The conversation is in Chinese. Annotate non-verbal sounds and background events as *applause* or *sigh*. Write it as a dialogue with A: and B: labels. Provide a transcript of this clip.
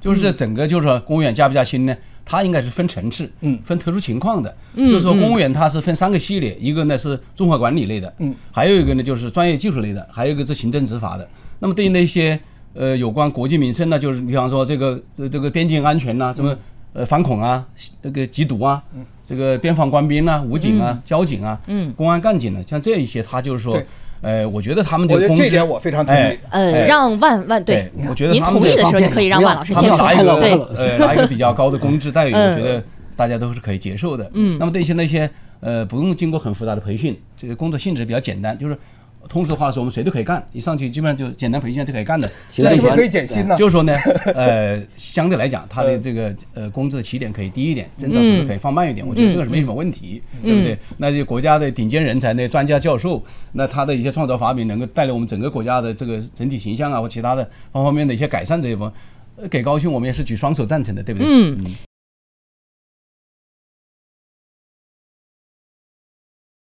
A: 就是
B: 嗯
A: 这整个就是说公务员加不加薪呢？它应该是分层次，
B: 嗯
A: 分特殊情况的。就是说公务员它是分三个系列，一个呢是综合管理类的，
B: 嗯，
A: 还有一个呢就是专业技术类的，还有一个是行政执法的。那么对于那些呃有关国计民生呢，就是比方说这个这这个边境安全
B: 嗯
A: 呐、什么呃反恐啊，那个缉毒啊，这个边防官兵啊、武警啊、交警啊、嗯、公安干警呢，像这一些，他就是说
B: 对。
A: 呃，我觉得他们这
B: 我
A: 个
B: 觉得
A: 工
B: 这
A: 资
B: 点我非常同意
A: 哎
C: 呃，
A: 哎
C: 让万万对，
A: 我觉得
C: 您
A: 他们
C: 同意
A: 这
C: 的时
A: 方
C: 候，
A: 面
C: 你可以让万老师
A: 他
C: 先
A: 们
C: 说
A: 拿一。个 *laughs*
C: 对，
A: 呃拿一个比较高的工资待遇，
C: 嗯
A: 我觉得大家都是可以接受的。嗯，那么对一些那些呃不用经过很复杂的培训，这个工作性质比较简单，就是通俗的话说，我们谁都可以干，一上去基本上就简单培训就可以干的。
B: 现在是不是可以减薪呢？
A: 就是说呢，呃，相对来讲，它的这个呃工资的起点可以低一点，增长速度可以放慢一点，我觉得这个是没什么问题，对不对？那就国家的顶尖人才、那些专家教授，那他的一些创造发明，能够带来我们整个国家的这个整体形象啊，或其他的方方面面的一些改善这一方，呃给高兴，我们也是举双手赞成的，对不对？
C: 嗯，